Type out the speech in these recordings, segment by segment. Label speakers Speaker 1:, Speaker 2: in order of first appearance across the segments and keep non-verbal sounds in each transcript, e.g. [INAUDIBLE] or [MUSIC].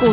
Speaker 1: 股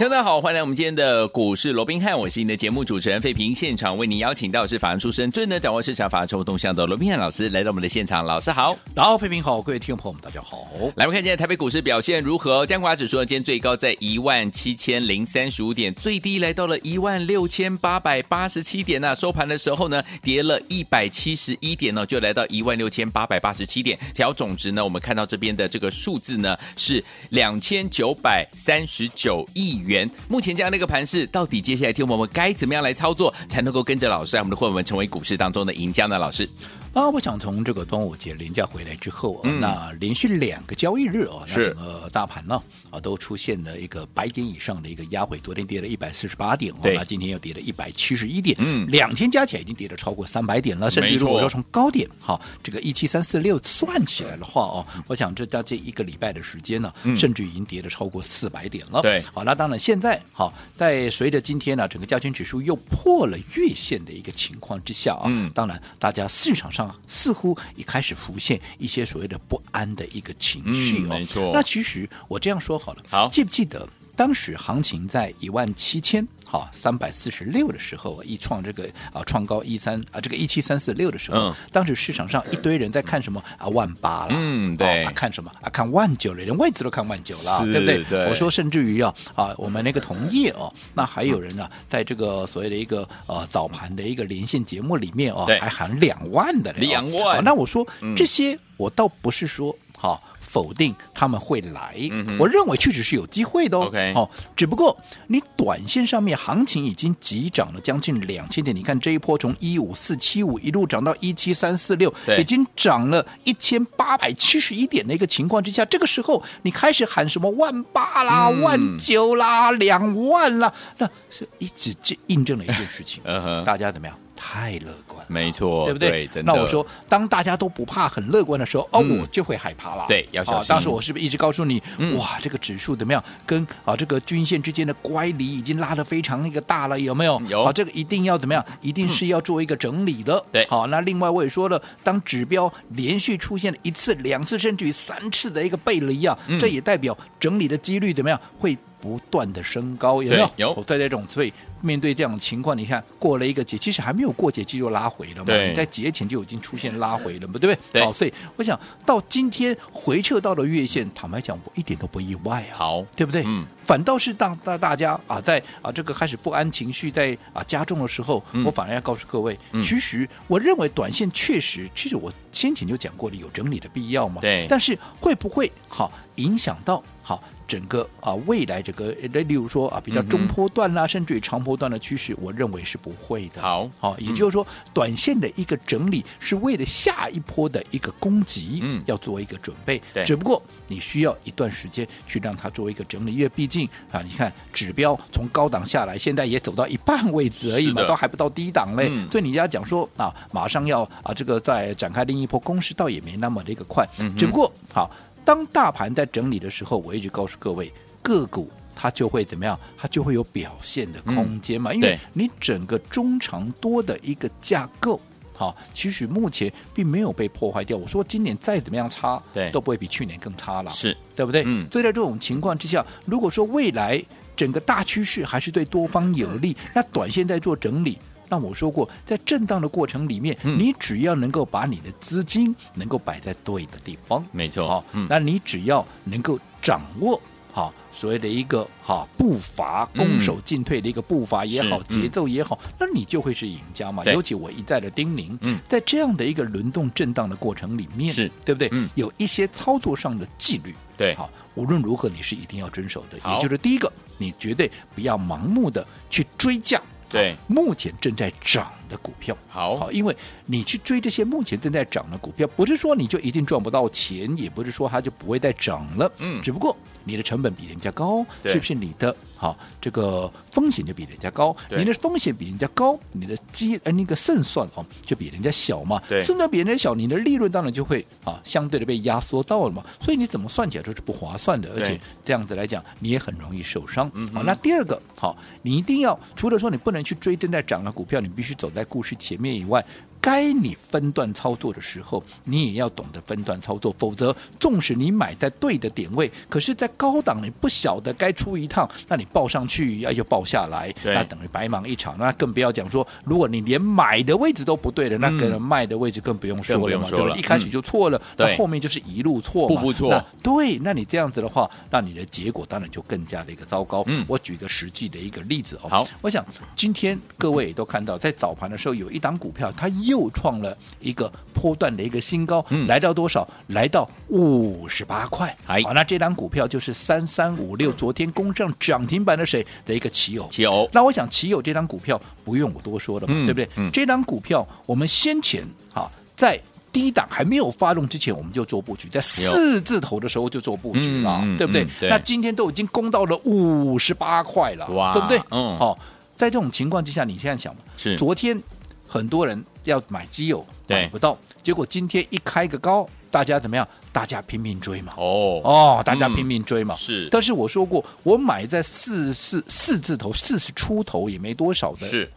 Speaker 2: 大家好，欢迎来我们今天的股市罗宾汉，我是你的节目主持人费平。现场为您邀请到的是法案出身、最能掌握市场法筹动向的罗宾汉老师来到我们的现场。老师好，
Speaker 3: 然后，费平好，各位听众朋友们，大家好。
Speaker 2: 来我们看今天台北股市表现如何？加权指数呢今天最高在一万七千零三十五点，最低来到了一万六千八百八十七点呐、啊收盘的时候呢，跌了一百七十一点呢、就来到一万六千八百八十七点。调总值呢，我们看到这边的这个数字呢是两千九百三十九亿元。目前这样的一个盘势，到底接下来听我们该怎么样来操作，才能够跟着老师，我们的会员们成为股市当中的赢家呢？老师，
Speaker 3: 啊，我想从这个端午节连假回来之后、啊
Speaker 2: 嗯
Speaker 3: 那连续两个交易日哦，那
Speaker 2: 是
Speaker 3: 整个大盘呢啊都出现了一个百点以上的一个压回，昨天跌了一百四十八点哦，
Speaker 2: 对
Speaker 3: 那今天又跌了一百七十一点，
Speaker 2: 嗯
Speaker 3: 两天加起来已经跌了超过三百点了，甚至
Speaker 2: 没错
Speaker 3: 如果说从高点好这个一七三四六算起来的话哦，我想这将近一个礼拜的时间呢，
Speaker 2: 嗯
Speaker 3: 甚至已经跌了超过四百点了，
Speaker 2: 对
Speaker 3: 好，那当然现在好，在随着今天呢、整个加权指数又破了月线的一个情况之下啊，
Speaker 2: 嗯
Speaker 3: 当然大家市场上似乎也开始浮现一些所谓的不安的一个情绪
Speaker 2: 嗯
Speaker 3: 哦。
Speaker 2: 没错
Speaker 3: 那其实我这样说好了，
Speaker 2: 好
Speaker 3: 记不记得当时行情在一万七千？好，三百四十六的时候，一创这个啊创高一三啊，这个一七三四六的时候，
Speaker 2: 嗯
Speaker 3: 当时市场上一堆人在看什么啊万八了，
Speaker 2: 嗯
Speaker 3: 哦
Speaker 2: 对
Speaker 3: 啊看什么啊看万九了，连外资都看万九了，
Speaker 2: 是
Speaker 3: 对不对？
Speaker 2: 对
Speaker 3: 我说甚至于啊啊，我们那个同业哦，那还有人呢、在这个所谓的一个呃早盘的一个连线节目里面哦
Speaker 2: 对，
Speaker 3: 还喊两万的嘞哦，
Speaker 2: 两万
Speaker 3: 哦那我说、
Speaker 2: 嗯
Speaker 3: 这些我倒不是说好、否定他们会来，我认为确实是有机会的哦。
Speaker 2: 嗯 OK
Speaker 3: 哦，只不过你短线上面行情已经急涨了将近两千点，你看这一波从一五四七五一路涨到一七三四六
Speaker 2: 对，
Speaker 3: 已经涨了一千八百七十一点的一个情况之下，这个时候你开始喊什么万八啦、
Speaker 2: 嗯，
Speaker 3: 万九啦、两万啦，那是一直这印证了一件事情
Speaker 2: [LAUGHS] 嗯哼
Speaker 3: 大家怎么样？太乐观了。
Speaker 2: 没错
Speaker 3: 对不对？
Speaker 2: 真的。
Speaker 3: 那我说，当大家都不怕、很乐观的时候，哦，
Speaker 2: 嗯
Speaker 3: 我就会害怕了。
Speaker 2: 对要小心嗯
Speaker 3: 啊当时我是不是一直告诉你，哇，这个指数怎么样？跟啊这个均线之间的乖离已经拉得非常那个大了，有没有？
Speaker 2: 有嗯
Speaker 3: 啊，这个一定要怎么样？一定是要做一个整理的。
Speaker 2: 对
Speaker 3: 好，那另外我也说了，当指标连续出现了一次、两次，甚至于三次的一个背离啊，
Speaker 2: 嗯
Speaker 3: 这也代表整理的几率怎么样？会。不断的升高，有没有
Speaker 2: 对？有
Speaker 3: 哦对这种，所以面对这种情况，你看过了一个节，其实还没有过节气就拉回了嘛。
Speaker 2: 对
Speaker 3: 你在节前就已经出现拉回了嘛，对不
Speaker 2: 对
Speaker 3: 对？好，所以我想到今天回撤到了月线，坦白讲，我一点都不意外啊，
Speaker 2: 好，
Speaker 3: 对不对？
Speaker 2: 嗯，
Speaker 3: 反倒是当大大家啊，在啊这个开始不安情绪在啊加重的时候，
Speaker 2: 嗯
Speaker 3: 我反而要告诉各位，
Speaker 2: 嗯
Speaker 3: 其实我认为短线确实，其实我先前就讲过了，有整理的必要嘛。
Speaker 2: 对
Speaker 3: 但是会不会好影响到好？整个啊，未来整个，呃例如说啊，比较
Speaker 2: 嗯
Speaker 3: 中
Speaker 2: 哼
Speaker 3: 波段啦、甚至于长波段的趋势，我认为是不会的。
Speaker 2: 好嗯
Speaker 3: 好，也就是说，短线的一个整理是为了下一波的一个攻击，
Speaker 2: 嗯
Speaker 3: 要做一个准备。
Speaker 2: 对
Speaker 3: 只不过你需要一段时间去让它做一个整理，因为毕竟啊，你看指标从高档下来，现在也走到一半位置而已
Speaker 2: 是
Speaker 3: 嘛
Speaker 2: 的，
Speaker 3: 都还不到低档嘞。
Speaker 2: 嗯
Speaker 3: 所以你要讲说啊，马上要啊，这个再展开另一波攻势，倒也没那么的一个快。
Speaker 2: 嗯哼
Speaker 3: 只不过好，当大盘在整理的时候，我一直告诉各位，个股它就会怎么样？它就会有表现的
Speaker 2: 嗯
Speaker 3: 空间嘛，因为
Speaker 2: 对
Speaker 3: 你整个中长多的一个架构。好，其实目前并没有被破坏掉。我说今年再怎么样差，
Speaker 2: 对
Speaker 3: 都不会比去年更差了。
Speaker 2: 是
Speaker 3: 对不对？
Speaker 2: 嗯
Speaker 3: 所以在这种情况之下，如果说未来整个大趋势还是对多方有利，
Speaker 2: 嗯
Speaker 3: 那短线在做整理。那我说过，在震荡的过程里面，
Speaker 2: 嗯
Speaker 3: 你只要能够把你的资金能够摆在对的地方，
Speaker 2: 没错，
Speaker 3: 好、
Speaker 2: 嗯，
Speaker 3: 那你只要能够掌握好、所谓的一个好、步伐，攻守进退的一个步伐也
Speaker 2: 嗯
Speaker 3: 好，
Speaker 2: 是嗯
Speaker 3: 节奏也好，那你就会是赢家嘛。
Speaker 2: 对
Speaker 3: 尤其我一再的叮咛，
Speaker 2: 嗯
Speaker 3: 在这样的一个轮动震荡的过程里面，
Speaker 2: 是
Speaker 3: 对不对？
Speaker 2: 嗯
Speaker 3: 有一些操作上的纪律，
Speaker 2: 对
Speaker 3: 好，无论如何你是一定要遵守的，
Speaker 2: 好
Speaker 3: 也就是第一个，你绝对不要盲目的去追价。
Speaker 2: 对
Speaker 3: 目前正在涨的股票。
Speaker 2: 好，
Speaker 3: 好，因为你去追这些目前正在涨的股票，不是说你就一定赚不到钱，也不是说它就不会再涨了，
Speaker 2: 嗯
Speaker 3: 只不过你的成本比人家高，
Speaker 2: 对
Speaker 3: 是不是你的好这个风险就比人家高，
Speaker 2: 对
Speaker 3: 你的风险比人家高，你的基呃那个胜算哦就比人家小嘛，
Speaker 2: 对
Speaker 3: 胜算比人家小，你的利润当然就会啊相对的被压缩到了嘛，所以你怎么算起来都是不划算的，而
Speaker 2: 对
Speaker 3: 且这样子来讲你也很容易受伤。啊
Speaker 2: 嗯哼
Speaker 3: 好，那第二个，好，你一定要除了说你不能去追正在涨的股票，你必须走在故事前面以外，该你分段操作的时候，你也要懂得分段操作，否则纵使你买在对的点位，可是，在高档你不晓得该出一趟，那你报上去，哎，又报下来，
Speaker 2: 对
Speaker 3: 那等于白忙一场。那更不要讲说，如果你连买的位置都不对了，那
Speaker 2: 嗯
Speaker 3: 可能卖的位置更不用说
Speaker 2: 更不
Speaker 3: 了
Speaker 2: 用
Speaker 3: 嘛，
Speaker 2: 说
Speaker 3: 对不
Speaker 2: 了
Speaker 3: 对？一开始
Speaker 2: 嗯
Speaker 3: 就错了，
Speaker 2: 对
Speaker 3: 那后面就是一路错嘛，
Speaker 2: 步步错
Speaker 3: 那对，那你这样子的话，那你的结果当然就更加的一个糟糕。
Speaker 2: 嗯
Speaker 3: 我举个实际的一个例子哦。
Speaker 2: 好，
Speaker 3: 我想今天各位也都看到，在早盘的时候有一档股票，它又创了一个波段的一个新高，
Speaker 2: 嗯
Speaker 3: 来到多少？来到五十八块。
Speaker 2: 哎
Speaker 3: 好，那这档股票就是三三五六，昨天攻上涨停板的谁的一个哦奇偶。
Speaker 2: 奇偶，
Speaker 3: 那我想奇友这张股票不用我多说了嘛，
Speaker 2: 嗯
Speaker 3: 对不对？
Speaker 2: 嗯
Speaker 3: 这张股票我们先前啊在。低档还没有发动之前，我们就做布局，在
Speaker 2: 有
Speaker 3: 四字头的时候就做布局了，
Speaker 2: 嗯嗯
Speaker 3: 对不对？
Speaker 2: 嗯对
Speaker 3: 那今天都已经攻到了五十八块了，
Speaker 2: 哇
Speaker 3: 对不对？
Speaker 2: 嗯
Speaker 3: 好、在这种情况之下，你现在想嘛，
Speaker 2: 是
Speaker 3: 昨天很多人要买基友，
Speaker 2: 对
Speaker 3: 买不到，结果今天一开个高，大家怎么样？大家拼命追嘛，
Speaker 2: 哦，
Speaker 3: 哦，大家
Speaker 2: 嗯
Speaker 3: 拼命追嘛，
Speaker 2: 是
Speaker 3: 但是我说过，我买在四四四字头、四十出头也没多少的
Speaker 2: 是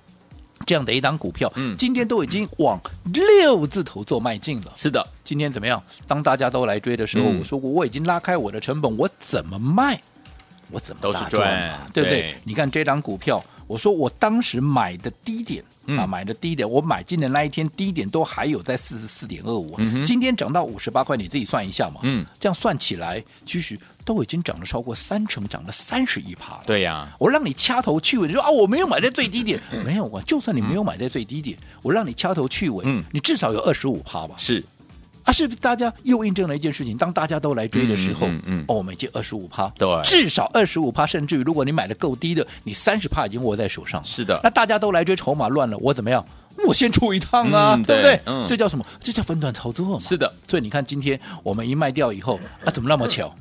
Speaker 3: 这样的一档股票，
Speaker 2: 嗯
Speaker 3: 今天都已经往六字头做迈进了。
Speaker 2: 是的，
Speaker 3: 今天怎么样？当大家都来追的时候，
Speaker 2: 嗯
Speaker 3: 我说过我已经拉开我的成本，我怎么卖，我怎么
Speaker 2: 都是
Speaker 3: 大嘛
Speaker 2: 赚
Speaker 3: 对不对？
Speaker 2: 对
Speaker 3: 你看这档股票，我说我当时买的低点、
Speaker 2: 嗯
Speaker 3: 啊，买的低点，我买进的那一天低点都还有在四十四点二五
Speaker 2: 嗯哼，
Speaker 3: 今天涨到五十八块，你自己算一下嘛，
Speaker 2: 嗯，
Speaker 3: 这样算起来，其实都已经涨了超过三成，涨了三十一趴了。
Speaker 2: 对呀，
Speaker 3: 我让你掐头去尾，你说啊我没有买在最低点，
Speaker 2: 嗯
Speaker 3: 没有啊，就算你没有买在最低点，我让你掐头去尾，
Speaker 2: 嗯
Speaker 3: 你至少有二十五趴吧？
Speaker 2: 是
Speaker 3: 啊，是不是大家又印证了一件事情？当大家都来追的时候，
Speaker 2: 嗯嗯嗯
Speaker 3: 哦，我们已经二十五趴，
Speaker 2: 对
Speaker 3: 至少二十五趴，甚至于如果你买的够低的，你三十趴已经握在手上了。
Speaker 2: 是的
Speaker 3: 那大家都来追，筹码乱了，我怎么样？我先出一趟啊，
Speaker 2: 嗯
Speaker 3: 对不对？
Speaker 2: 对嗯
Speaker 3: 这叫什么？这叫分段操作嘛。
Speaker 2: 是的，
Speaker 3: 所以你看，今天我们一卖掉以后，啊，怎么那么巧？啊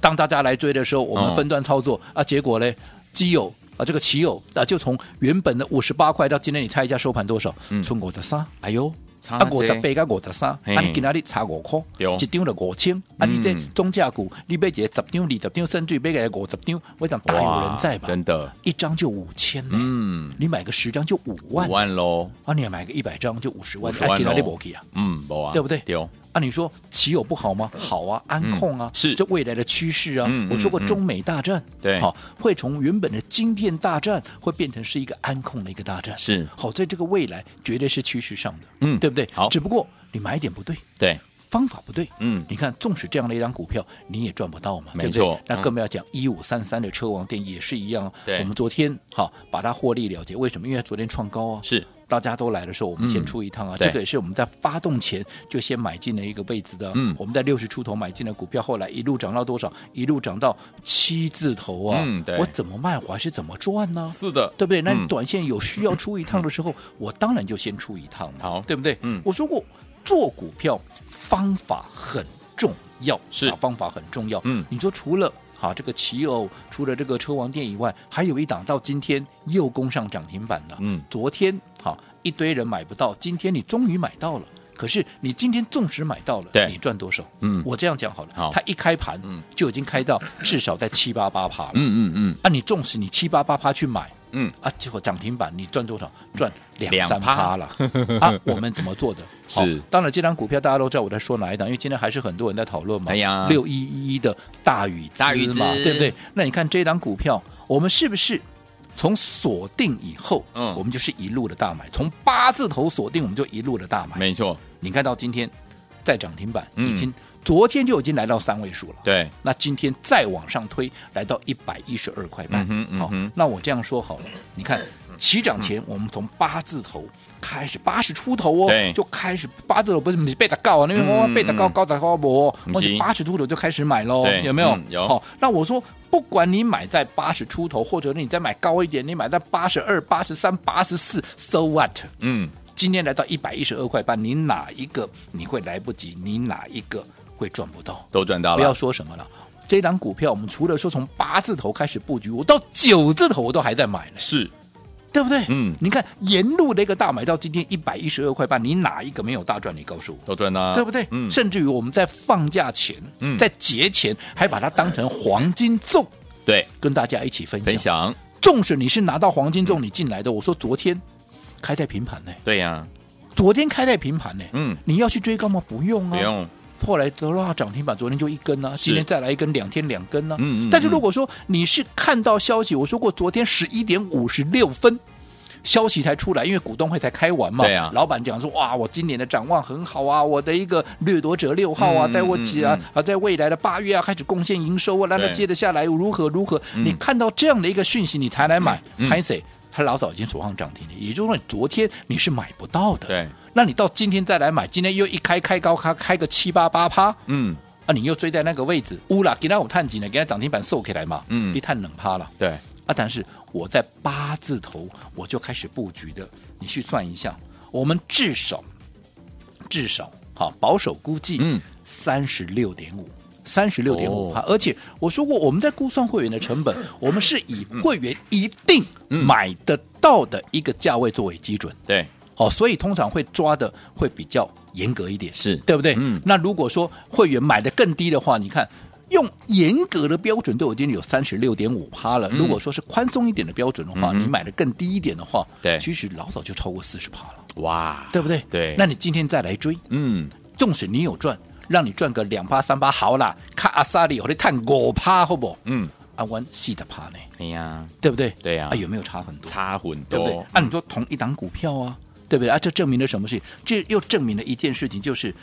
Speaker 3: 当大家来追的时候，我们
Speaker 2: 嗯
Speaker 3: 分段操作、啊，结果嘞，基友啊，这个奇友啊，就从原本的五十八块到今天，你猜一下收盘多少？
Speaker 2: 嗯
Speaker 3: 春国的三。
Speaker 2: 哎呦，差
Speaker 3: 啊，五
Speaker 2: 这
Speaker 3: 十八跟五十三，
Speaker 2: 嘿
Speaker 3: 啊，你今仔日差五块，
Speaker 2: 对哦
Speaker 3: 一张就五千，啊，你这中价股，你买一个十张、二十张，甚至于买一个五十张，我想大有人在
Speaker 2: 哇
Speaker 3: 吧？
Speaker 2: 真的，
Speaker 3: 一张就五千呢，
Speaker 2: 嗯，
Speaker 3: 你买个十张就五万
Speaker 2: 五，万喽，
Speaker 3: 啊，你买个一百张就五十万，
Speaker 2: 50万
Speaker 3: 啊，今仔日
Speaker 2: 哦
Speaker 3: 无去啊。
Speaker 2: 嗯，不啊，
Speaker 3: 对不对
Speaker 2: 对哦，
Speaker 3: 啊，你说奇有不好吗？好啊，安控啊，
Speaker 2: 嗯是
Speaker 3: 这未来的趋势啊。
Speaker 2: 嗯嗯
Speaker 3: 我说过
Speaker 2: 嗯
Speaker 3: 中美大战，
Speaker 2: 对
Speaker 3: 好，会从原本的晶片大战，会变成是一个安控的一个大战。
Speaker 2: 是
Speaker 3: 好，在这个未来绝对是趋势上的，
Speaker 2: 嗯
Speaker 3: 对不对？
Speaker 2: 好
Speaker 3: 只不过你买点不对，
Speaker 2: 对，
Speaker 3: 方法不对，
Speaker 2: 嗯
Speaker 3: 你看，纵使这样的一张股票，你也赚不到嘛，
Speaker 2: 没
Speaker 3: 对不
Speaker 2: 错嗯
Speaker 3: 对？那更不要讲一五三三的车王店也是一样哦，
Speaker 2: 对
Speaker 3: 我们昨天好把它获利了结，为什么？因为它昨天创高啊，
Speaker 2: 是
Speaker 3: 大家都来的时候，我们先
Speaker 2: 嗯
Speaker 3: 出一趟啊，
Speaker 2: 对
Speaker 3: 这个也是我们在发动前就先买进了一个位置的，啊
Speaker 2: 嗯
Speaker 3: 我们在六十出头买进的股票，后来一路涨到多少？一路涨到七字头啊，
Speaker 2: 嗯对
Speaker 3: 我怎么卖我还是怎么赚呢？
Speaker 2: 是的，
Speaker 3: 对不对？那
Speaker 2: 嗯
Speaker 3: 你短线有需要出一趟的时候，我当然就先出一趟嘛，
Speaker 2: 好
Speaker 3: 对不对？
Speaker 2: 嗯
Speaker 3: 我说过做股票方法很重要，
Speaker 2: 是
Speaker 3: 啊方法很重要。
Speaker 2: 嗯
Speaker 3: 你说除了啊这个奇偶，除了这个车王店以外，还有一档到今天又攻上涨停板了。
Speaker 2: 嗯
Speaker 3: 昨天好一堆人买不到，今天你终于买到了。可是你今天纵使买到了
Speaker 2: 对，
Speaker 3: 你赚多少？
Speaker 2: 嗯
Speaker 3: 我这样讲好了，
Speaker 2: 好
Speaker 3: 它一开盘
Speaker 2: 嗯
Speaker 3: 就已经开到至少在七八八趴了。
Speaker 2: 嗯嗯嗯
Speaker 3: 啊，你纵使你七八八趴去买，
Speaker 2: 嗯，
Speaker 3: 啊，结果涨停板你赚多少？赚
Speaker 2: 两
Speaker 3: 两三趴
Speaker 2: [LAUGHS]
Speaker 3: 了啊！我们怎么做的？好
Speaker 2: 是
Speaker 3: 当然这张股票大家都知道我在说哪一档，因为今天还是很多人在讨论嘛。
Speaker 2: 哎呀
Speaker 3: 六一一一的大禹资
Speaker 2: 大禹资
Speaker 3: 嘛，对不对？那你看这档股票，我们是不是？从锁定以后，
Speaker 2: 嗯
Speaker 3: 我们就是一路的大买，从八字头锁定，我们就一路的大买。
Speaker 2: 没错，
Speaker 3: 你看到今天再涨停板，
Speaker 2: 嗯
Speaker 3: 已经昨天就已经来到三位数了。
Speaker 2: 对，
Speaker 3: 那今天再往上推，来到一百一十二块半。
Speaker 2: 嗯哼嗯
Speaker 3: 好
Speaker 2: 哼，
Speaker 3: 那我这样说好了，你看起涨前我们从八字头开始，八十出头
Speaker 2: 对
Speaker 3: 哦，就开始八字头不是你背的高啊，那边
Speaker 2: 嗯
Speaker 3: 我背的高
Speaker 2: 嗯
Speaker 3: 高的高不，哦
Speaker 2: 不
Speaker 3: 我
Speaker 2: 行
Speaker 3: 八十出头就开始买喽
Speaker 2: 对，
Speaker 3: 有没有
Speaker 2: 嗯？有
Speaker 3: 好，那我说不管你买在八十出头，或者你再买高一点，你买在八十二、八十三、八十四，so what？
Speaker 2: 嗯，
Speaker 3: 今天来到一百一十二块半，你哪一个你会来不及？你哪一个会赚不到？
Speaker 2: 都赚到
Speaker 3: 不要
Speaker 2: 了，
Speaker 3: 说什么了，这档股票我们除了说从八字头开始布局，我到九字头我都还在买呢，
Speaker 2: 是
Speaker 3: 对不对？
Speaker 2: 嗯
Speaker 3: 你看沿路的一个大买到今天一百一十二块半，你哪一个没有大赚？你告诉我。
Speaker 2: 都赚到，
Speaker 3: 对不对？
Speaker 2: 嗯，
Speaker 3: 甚至于我们在放假前，
Speaker 2: 嗯
Speaker 3: 在节前还把它当成黄金粽，
Speaker 2: 对，
Speaker 3: 跟大家一起分享。
Speaker 2: 分享，
Speaker 3: 纵使你是拿到黄金
Speaker 2: 嗯
Speaker 3: 粽你进来的，我说昨天开在平盘呢、
Speaker 2: 对呀，
Speaker 3: 昨天开在平盘呢、
Speaker 2: 嗯，
Speaker 3: 你要去追高吗？不用啊，
Speaker 2: 不用，
Speaker 3: 后来得到涨停板，昨天就一根啊，
Speaker 2: 是
Speaker 3: 今天再来一根，两天两根呢、啊。
Speaker 2: 嗯嗯嗯
Speaker 3: 但是如果说你是看到消息，我说过昨天十一点五十六分。消息才出来，因为股东会才开完嘛。
Speaker 2: 对啊
Speaker 3: 老板讲说，哇，我今年的展望很好啊，我的一个掠夺者六号啊，
Speaker 2: 嗯
Speaker 3: 在我几啊
Speaker 2: 嗯嗯
Speaker 3: 啊，在未来的八月啊开始贡献营收啊，那那
Speaker 2: 对
Speaker 3: 接着下来如何如何？
Speaker 2: 嗯
Speaker 3: 你看到这样的一个讯息，你才来买
Speaker 2: 嗯，
Speaker 3: 拍谁？他老早已经锁上涨停了，也就是说，你昨天你是买不到的。
Speaker 2: 对，
Speaker 3: 那你到今天再来买，今天又一开开高开开个七八八趴
Speaker 2: 嗯，
Speaker 3: 啊，你又追在那个位置，乌啦，给他我探几呢，给他涨停板收起来嘛，
Speaker 2: 嗯
Speaker 3: 一探冷趴了
Speaker 2: 对，
Speaker 3: 啊。但是我在八字头我就开始布局的，你去算一下，我们至少至少好保守估计，
Speaker 2: 嗯，
Speaker 3: 三十六点五。三十六点五
Speaker 2: 哦
Speaker 3: 而且我说过，我们在估算会员的成本，我们是以会员一定
Speaker 2: 嗯
Speaker 3: 买得到的一个价位作为基准。
Speaker 2: 对，
Speaker 3: 哦，所以通常会抓的会比较严格一点，
Speaker 2: 是
Speaker 3: 对不对？
Speaker 2: 嗯
Speaker 3: 那如果说会员买的更低的话，你看。用严格的标准都已经有三十六点五趴了。如果说是宽松一点的标准的话，
Speaker 2: 嗯嗯哼
Speaker 3: 你买的更低一点的话，
Speaker 2: 对
Speaker 3: 其实老早就超过四十趴了，
Speaker 2: 哇，
Speaker 3: 对不对？
Speaker 2: 对，
Speaker 3: 那你今天再来追，
Speaker 2: 嗯，
Speaker 3: 纵使你有赚，让你赚个两趴三趴好啦，啊看阿萨里我得看五趴好不啊好？
Speaker 2: 嗯，
Speaker 3: 阿湾细的趴呢，
Speaker 2: 哎呀，
Speaker 3: 对不对？
Speaker 2: 对呀
Speaker 3: 啊，有没有差很多？
Speaker 2: 差很
Speaker 3: 对不对
Speaker 2: 多？，
Speaker 3: 按你说同一档股票啊，对不对？啊，这证明了什么事情？这又证明了一件事情，就是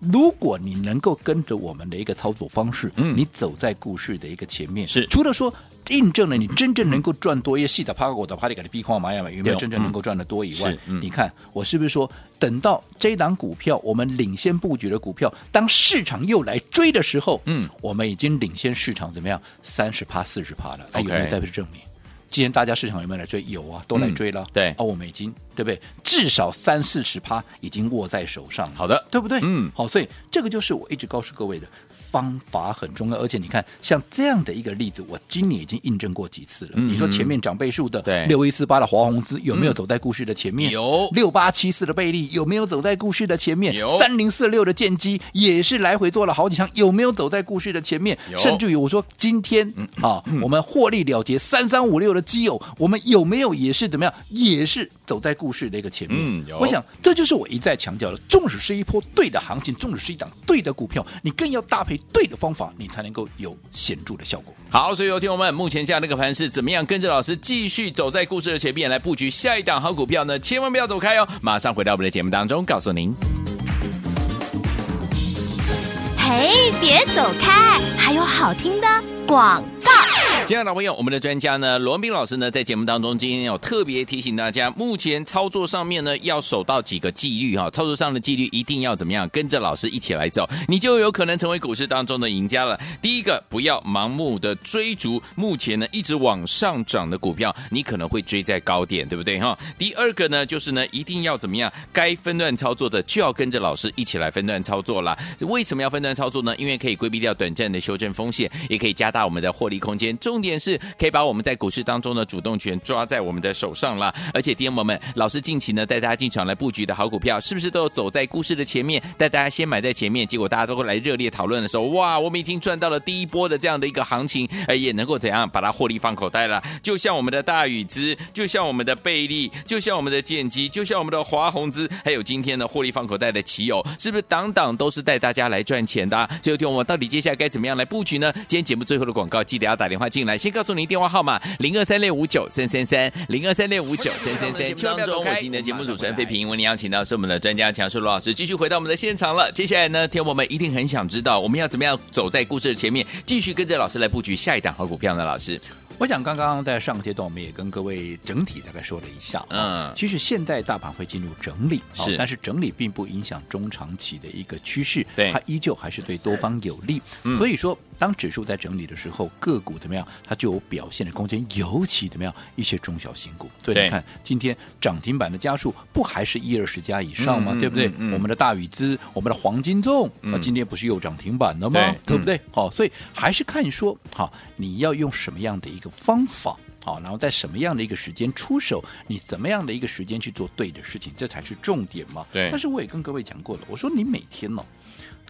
Speaker 3: 如果你能够跟着我们的一个操作方式，
Speaker 2: 嗯
Speaker 3: 你走在故事的一个前面，
Speaker 2: 是
Speaker 3: 除了说。印证了你真正能够赚多，一些细的趴我的趴你给它逼框嘛呀嘛，有没
Speaker 2: 对哦
Speaker 3: 有真正能够赚得多以
Speaker 2: 嗯
Speaker 3: 外
Speaker 2: 是，嗯
Speaker 3: 你看我是不是说，等到这档股票我们领先布局的股票，当市场又来追的时候，
Speaker 2: 嗯，
Speaker 3: 我们已经领先市场怎么样？三十趴、四十趴了，哎，有没有
Speaker 2: OK
Speaker 3: 再去证明？今天大家市场有没有来追？有啊，都来
Speaker 2: 嗯
Speaker 3: 追了。
Speaker 2: 对
Speaker 3: 啊，我们已经对不对？至少三四十趴已经握在手上了，
Speaker 2: 好的
Speaker 3: 对不对？
Speaker 2: 嗯
Speaker 3: 好，所以这个就是我一直告诉各位的方法很重要。而且你看，像这样的一个例子，我今年已经印证过几次了。
Speaker 2: 嗯
Speaker 3: 你说前面长倍数的
Speaker 2: 对嗯
Speaker 3: 六一四八的华宏资有没有走在故事的前面？
Speaker 2: 有
Speaker 3: 六八七四的贝利有没有走在故事的前面？
Speaker 2: 有
Speaker 3: 三零四六的剑机也是来回做了好几趟，有没有走在故事的前面
Speaker 2: 有？嗯
Speaker 3: 甚至至于我说今天啊，我们获利了结三三五六的基友，我们有没有也是怎么样，也是走在故事的一个前面？
Speaker 2: 嗯有
Speaker 3: 我想这就是我一再强调的，纵使是一波对的行情，纵使是一档对的股票，你更要搭配对的方法，你才能够有显著的效果。
Speaker 2: 好，所以有听友们，目前下这个盘是怎么样跟着老师继续走在故事的前面来布局下一档好股票呢？千万不要走开哦，马上回到我们的节目当中，告诉您。
Speaker 1: 嘿，别走开，还有好听的广告。
Speaker 2: 亲爱的朋友，我们的专家呢，罗文斌老师呢，在节目当中今天有特别提醒大家，目前操作上面呢，要守到几个纪律哈、操作上的纪律一定要怎么样，跟着老师一起来走，你就有可能成为股市当中的赢家了。第一个，不要盲目的追逐目前呢一直往上涨的股票，你可能会追在高点，对不对哈、第二个呢，就是呢，一定要怎么样，该分段操作的就要跟着老师一起来分段操作啦。为什么要分段操作呢？因为可以规避掉短暂的修正风险，也可以加大我们的获利空间。重点是可以把我们在股市当中的主动权抓在我们的手上啦。而且，爹们们，老师近期呢带大家进场来布局的好股票，是不是都有走在故事的前面，带大家先买在前面？结果大家都会来热烈讨论的时候，哇，我们已经赚到了第一波的这样的一个行情，呃，也能够怎样把它获利放口袋了？就像我们的大禹资，就像我们的贝利，就像我们的剑机，就像我们的华宏资，还有今天的获利放口袋的奇友，是不是档档都是带大家来赚钱的、啊？所以，听我们到底接下来该怎么样来布局呢？今天节目最后的广告，记得要打电话进来，先告诉您电话号码零二三六五九三三三零二三六五九三三三。千万不要走 [LAUGHS] 开我是你的节目主持人费平，为您邀请到是我们的专家强叔罗老师，继续回到我们的现场了。接下来呢，听我们一定很想知道，我们要怎么样走在故事的前面，继续跟着老师来布局下一档好股票呢？老师，
Speaker 3: 我想刚刚在上个阶段，我们也跟各位整体大概说了一下，啊
Speaker 2: 嗯
Speaker 3: 其实现在大盘会进入整理，
Speaker 2: 是
Speaker 3: 哦但是整理并不影响中长期的一个趋势，
Speaker 2: 对
Speaker 3: 它依旧还是对多方有利。
Speaker 2: 嗯
Speaker 3: 所以说，当指数在整理的时候，个股怎么样，它就有表现的空间，尤其怎么样，一些中小型股。所以
Speaker 2: 对
Speaker 3: 你看，今天涨停板的家数不还是一二十家以上吗？
Speaker 2: 嗯嗯
Speaker 3: 对不对？
Speaker 2: 嗯嗯
Speaker 3: 我们的大禹资，我们的黄金粽，那、
Speaker 2: 嗯
Speaker 3: 今天不是又涨停板了吗？
Speaker 2: 对
Speaker 3: 不嗯对？好，所以还是看说，好，你要用什么样的一个方法。好，然后在什么样的一个时间出手，你怎么样的一个时间去做对的事情，这才是重点嘛。
Speaker 2: 对
Speaker 3: 但是我也跟各位讲过了，我说你每天哦，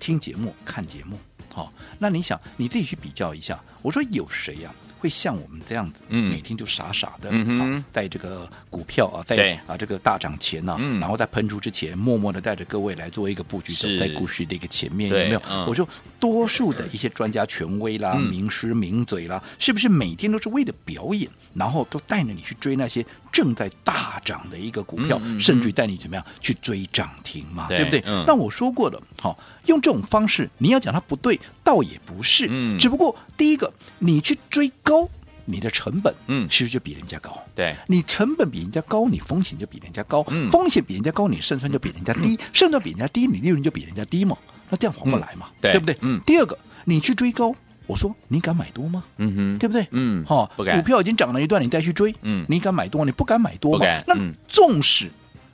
Speaker 3: 听节目、看节目，好、那你想你自己去比较一下，我说有谁呀、会像我们这样子，
Speaker 2: 嗯
Speaker 3: 每天就傻傻的，
Speaker 2: 嗯哼
Speaker 3: 啊在这个股票啊，
Speaker 2: 对
Speaker 3: 在啊这个大涨前呢、
Speaker 2: 嗯
Speaker 3: 然后在喷出之前，默默的带着各位来做一个布局，走
Speaker 2: 是
Speaker 3: 在股市的一个前面，有
Speaker 2: 对
Speaker 3: 没有？
Speaker 2: 嗯
Speaker 3: 我说多数的一些专家权威啦、
Speaker 2: 嗯
Speaker 3: 名师名嘴啦，是不是每天都是为了表演，然后都带着你去追那些正在大涨的一个股票，
Speaker 2: 嗯嗯嗯
Speaker 3: 甚至于带你怎么样去追涨停嘛？
Speaker 2: 对
Speaker 3: 对不对？
Speaker 2: 嗯
Speaker 3: 那我说过了，好、用这种方式，你要讲它不对，倒也不是，
Speaker 2: 嗯
Speaker 3: 只不过第一个，你去追高，你的成本，
Speaker 2: 嗯
Speaker 3: 是不是就比人家高？
Speaker 2: 对，
Speaker 3: 你成本比人家高，你风险就比人家高，
Speaker 2: 嗯
Speaker 3: 风险比人家高，你胜算就比人家低，胜算比人家低，你利润就比人家低嘛，那这样划不来嘛，
Speaker 2: 对
Speaker 3: 不对？
Speaker 2: 嗯
Speaker 3: 第二个，你去追高，我说你敢买多吗？
Speaker 2: 嗯哼，
Speaker 3: 对不对？
Speaker 2: 嗯
Speaker 3: 好、
Speaker 2: 不敢
Speaker 3: 股票已经涨了一段，你再去追，
Speaker 2: 嗯
Speaker 3: 你敢买多？你不敢买多
Speaker 2: 不
Speaker 3: 嘛
Speaker 2: 敢？
Speaker 3: 那
Speaker 2: 嗯
Speaker 3: 纵使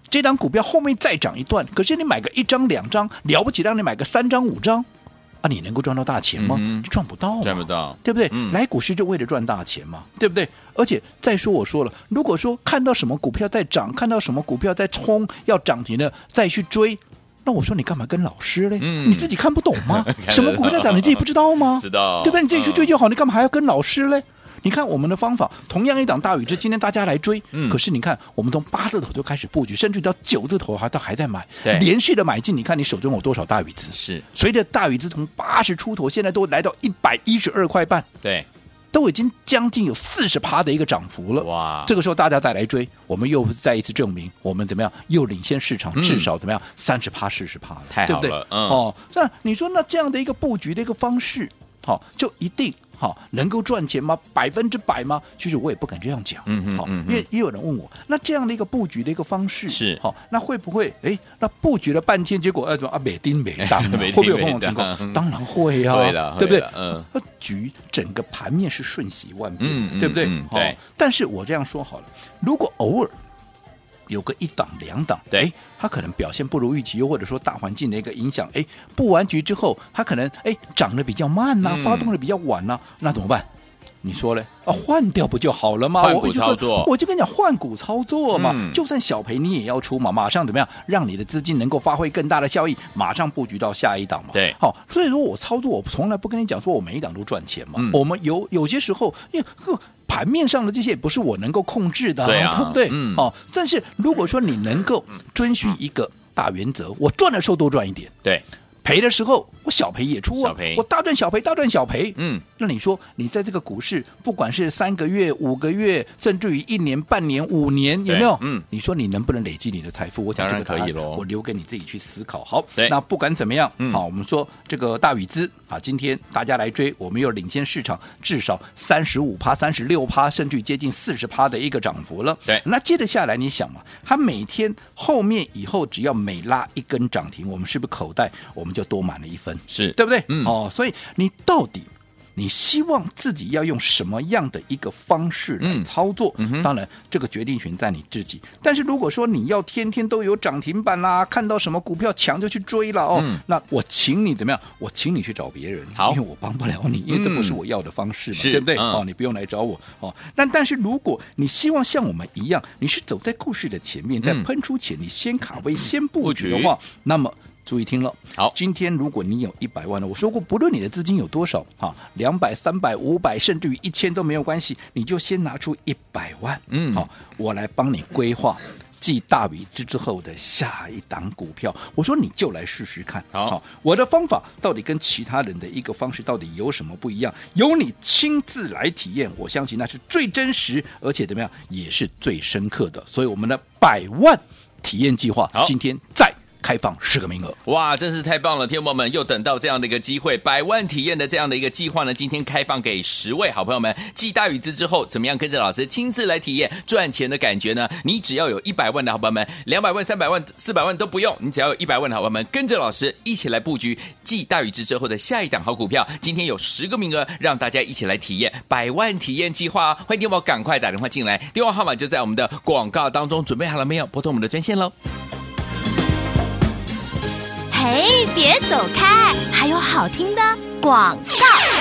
Speaker 3: 这张股票后面再涨一段，可是你买个一张两张，了不起让你买个三张五张，啊，你能够赚到大钱吗？
Speaker 2: 嗯哼
Speaker 3: 赚不到嘛，
Speaker 2: 赚不到，
Speaker 3: 对不对？
Speaker 2: 嗯
Speaker 3: 来股市就为了赚大钱嘛，对不对？而且再说我说了，如果说看到什么股票在涨，看到什么股票在冲要涨停的，再去追。那我说你干嘛跟老师嘞？
Speaker 2: 嗯
Speaker 3: 你自己看不懂
Speaker 2: [LAUGHS]
Speaker 3: 吗
Speaker 2: 看得？
Speaker 3: 什么股票在涨，你自己不知道吗？
Speaker 2: [LAUGHS] 知道
Speaker 3: 对不对？你自己去追
Speaker 2: 嗯
Speaker 3: 就好，你干嘛还要跟老师嘞？你看我们的方法，同样一档大禹之，今天大家来追，
Speaker 2: 嗯
Speaker 3: 可是你看，我们从八字头就开始布局，甚至到九字头还到还在买
Speaker 2: 对，
Speaker 3: 连续的买进，你看你手中有多少大禹资？
Speaker 2: 是，
Speaker 3: 随着大禹资从八十出头，现在都来到一百一十二块半，
Speaker 2: 对，
Speaker 3: 都已经将近有四十趴的一个涨幅了。
Speaker 2: 哇，
Speaker 3: 这个时候大家再来追，我们又再一次证明我们怎么样，又领先市场
Speaker 2: 嗯
Speaker 3: 至少怎么样三十趴、四十趴了，
Speaker 2: 太
Speaker 3: 对
Speaker 2: 好
Speaker 3: 不对？
Speaker 2: 了嗯
Speaker 3: 哦，那你说那这样的一个布局的一个方式，好、就一定好、能够赚钱吗？百分之百吗？其实我也不敢这样讲，
Speaker 2: 嗯哼
Speaker 3: 好、
Speaker 2: 嗯哼
Speaker 3: 因为也有人问我，那这样的一个布局的一个方式
Speaker 2: 是
Speaker 3: 好、那会不会哎，那布局了半天，结果哎怎么啊，美丁美当啊，
Speaker 2: [LAUGHS] 没
Speaker 3: 会
Speaker 2: 丁
Speaker 3: 不会有这
Speaker 2: 没
Speaker 3: 种情
Speaker 2: 当嗯 [LAUGHS]
Speaker 3: 况？当然会呀、
Speaker 2: 会了
Speaker 3: 对不
Speaker 2: 会
Speaker 3: 对
Speaker 2: 了？嗯
Speaker 3: 呃，局整个盘面是瞬息万变
Speaker 2: 嗯
Speaker 3: 的，
Speaker 2: 嗯
Speaker 3: 对不对？
Speaker 2: 嗯
Speaker 3: 好
Speaker 2: 对
Speaker 3: 但是我这样说好了，如果偶尔有个一档两档，
Speaker 2: 对
Speaker 3: 诶，它可能表现不如预期，又或者说大环境的一个影响，哎，布完局之后，它可能哎涨得比较慢呐、
Speaker 2: 嗯
Speaker 3: 发动的比较晚呐、那怎么办？你说嘞？啊，换掉不就好了吗？
Speaker 2: 换
Speaker 3: 我
Speaker 2: 股
Speaker 3: 就
Speaker 2: 操
Speaker 3: 跟
Speaker 2: 作
Speaker 3: 我就跟你讲换股操作嘛，
Speaker 2: 嗯
Speaker 3: 就算小赔你也要出嘛，马上怎么样，让你的资金能够发挥更大的效益，马上布局到下一档嘛。
Speaker 2: 对
Speaker 3: 好，所以说我操作，我从来不跟你讲说我每一档都赚钱嘛。
Speaker 2: 嗯
Speaker 3: 我们有有些时候，因为呵盘面上的这些也不是我能够控制的、
Speaker 2: 对啊
Speaker 3: 不 [LAUGHS] 对？
Speaker 2: 嗯
Speaker 3: 哦，但是如果说你能够遵循一个大原则，我赚的时候多赚一点，
Speaker 2: 对，
Speaker 3: 赔的时候我小赔也出
Speaker 2: 小
Speaker 3: 啊
Speaker 2: 赔，
Speaker 3: 我大赚小赔，大赚小赔，
Speaker 2: 嗯，
Speaker 3: 那你说，你在这个股市，不管是三个月、五个月，甚至于一年、半年、五年，有
Speaker 2: 对
Speaker 3: 没有？
Speaker 2: 嗯
Speaker 3: 你说你能不能累积你的财富？我想
Speaker 2: 当
Speaker 3: 这
Speaker 2: 然
Speaker 3: 个答案
Speaker 2: 可以咯
Speaker 3: 我留给你自己去思考。好
Speaker 2: 对，
Speaker 3: 那不管怎么样，
Speaker 2: 嗯
Speaker 3: 好，我们说这个大禹资啊，今天大家来追，我们又领先市场至少三十五趴、三十六趴，甚至于接近四十趴的一个涨幅了。
Speaker 2: 对
Speaker 3: 那接着下来，你想嘛，它每天后面以后只要每拉一根涨停，我们是不是口袋我们就多满了一分？
Speaker 2: 是，
Speaker 3: 对不对？
Speaker 2: 嗯
Speaker 3: 哦，所以你到底你希望自己要用什么样的一个方式来
Speaker 2: 嗯
Speaker 3: 操作？当然，这个决定权在你自己。但是如果说你要天天都有涨停板啦，看到什么股票强就去追了哦，
Speaker 2: 嗯
Speaker 3: 那我请你怎么样？我请你去找别人，
Speaker 2: 好嗯
Speaker 3: 因为我帮不了你，因为这不是我要的方式嘛，
Speaker 2: 是
Speaker 3: 对不对？
Speaker 2: 嗯
Speaker 3: 哦，你不用来找我哦。那但是如果你希望像我们一样，你是走在故事的前面，在
Speaker 2: 嗯
Speaker 3: 喷出前你先卡位、先布局
Speaker 2: 布
Speaker 3: 的
Speaker 2: 局
Speaker 3: 话，那么注意听了，
Speaker 2: 好
Speaker 3: 今天如果你有一百万了，我说过，不论你的资金有多少，哈，两百、三百、五百，甚至于一千都没有关系，你就先拿出一百万，
Speaker 2: 嗯
Speaker 3: 好，我来帮你规划。继大禹之之后的下一档股票，我说你就来试试看。
Speaker 2: 好
Speaker 3: 我的方法到底跟其他人的一个方式到底有什么不一样？由你亲自来体验，我相信那是最真实，而且怎么样也是最深刻的。所以我们的百万体验计划
Speaker 2: 好
Speaker 3: 今天再开放十个名额。
Speaker 2: 哇，真是太棒了！天友们又等到这样的一个机会，百万体验的这样的一个计划呢，今天开放给十位好朋友们。继大禹资之后，怎么样跟着老师亲自来体验赚钱的感觉呢？你只要有一百万的好朋友们，两百万、三百万、四百万都不用，你只要有一百万的好朋友们，跟着老师一起来布局继大禹之之后的下一档好股票。今天有十个名额，让大家一起来体验百万体验计划、哦。欢迎天友赶快打电话进来，电话号码就在我们的广告当中，准备好了没有？拨通我们的专线喽。
Speaker 1: 嘿，别走开，还有好听的广告。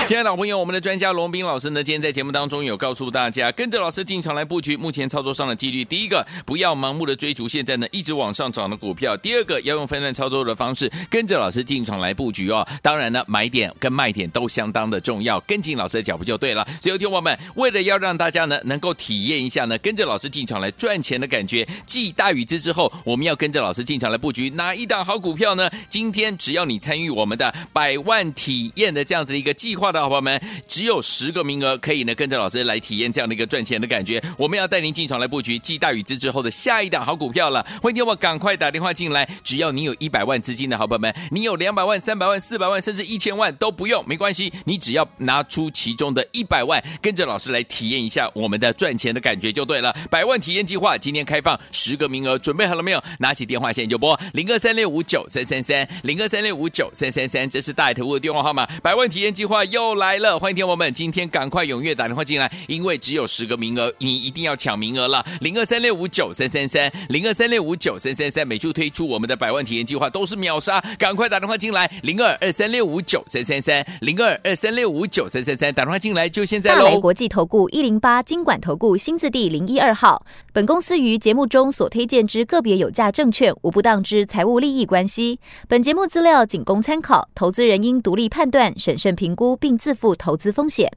Speaker 2: 亲爱的老朋友，我们的专家龙斌老师呢，今天在节目当中有告诉大家，跟着老师进场来布局，目前操作上的纪律，第一个不要盲目的追逐现在呢一直往上涨的股票，第二个要用分段操作的方式，跟着老师进场来布局哦。当然呢，买点跟卖点都相当的重要，跟紧老师的脚步就对了。所以，听众朋友们，为了要让大家呢能够体验一下呢跟着老师进场来赚钱的感觉，继大禹之之后，我们要跟着老师进场来布局哪一档好股票呢？今天只要你参与我们的百万体验的这样子的一个计划。的好朋友们，只有十个名额可以呢，跟着老师来体验这样的一个赚钱的感觉。我们要带您进场来布局继大禹之之后的下一档好股票了。欢迎我赶快打电话进来，只要你有一百万资金的好朋友们，你有两百万、三百万、四百万，甚至一千万都不用，没关系，你只要拿出其中的一百万，跟着老师来体验一下我们的赚钱的感觉就对了。百万体验计划今天开放十个名额，准备好了没有？拿起电话现在就拨零二三六五九三三三零二三六五九三三三，这是大爱投顾的电话号码。百万体验计划又。又来了，欢迎听友们，今天赶快踊跃打电话进来，因为只有十个名额，你一定要抢名额了。零二三六五九三三三，零二三六五九三三三，每处推出我们的百万体验计划都是秒杀，赶快打电话进来，零二二三六五九三三三，零二二三六五九三三三，打电话进来就现在
Speaker 4: 大来
Speaker 2: 喽。
Speaker 4: 国际投顾一零八金管投顾新字第零一二号。本公司于节目中所推荐之个别有价证券，无不当之财务利益关系。本节目资料仅供参考，投资人应独立判断、审慎评估，并自负投资风险。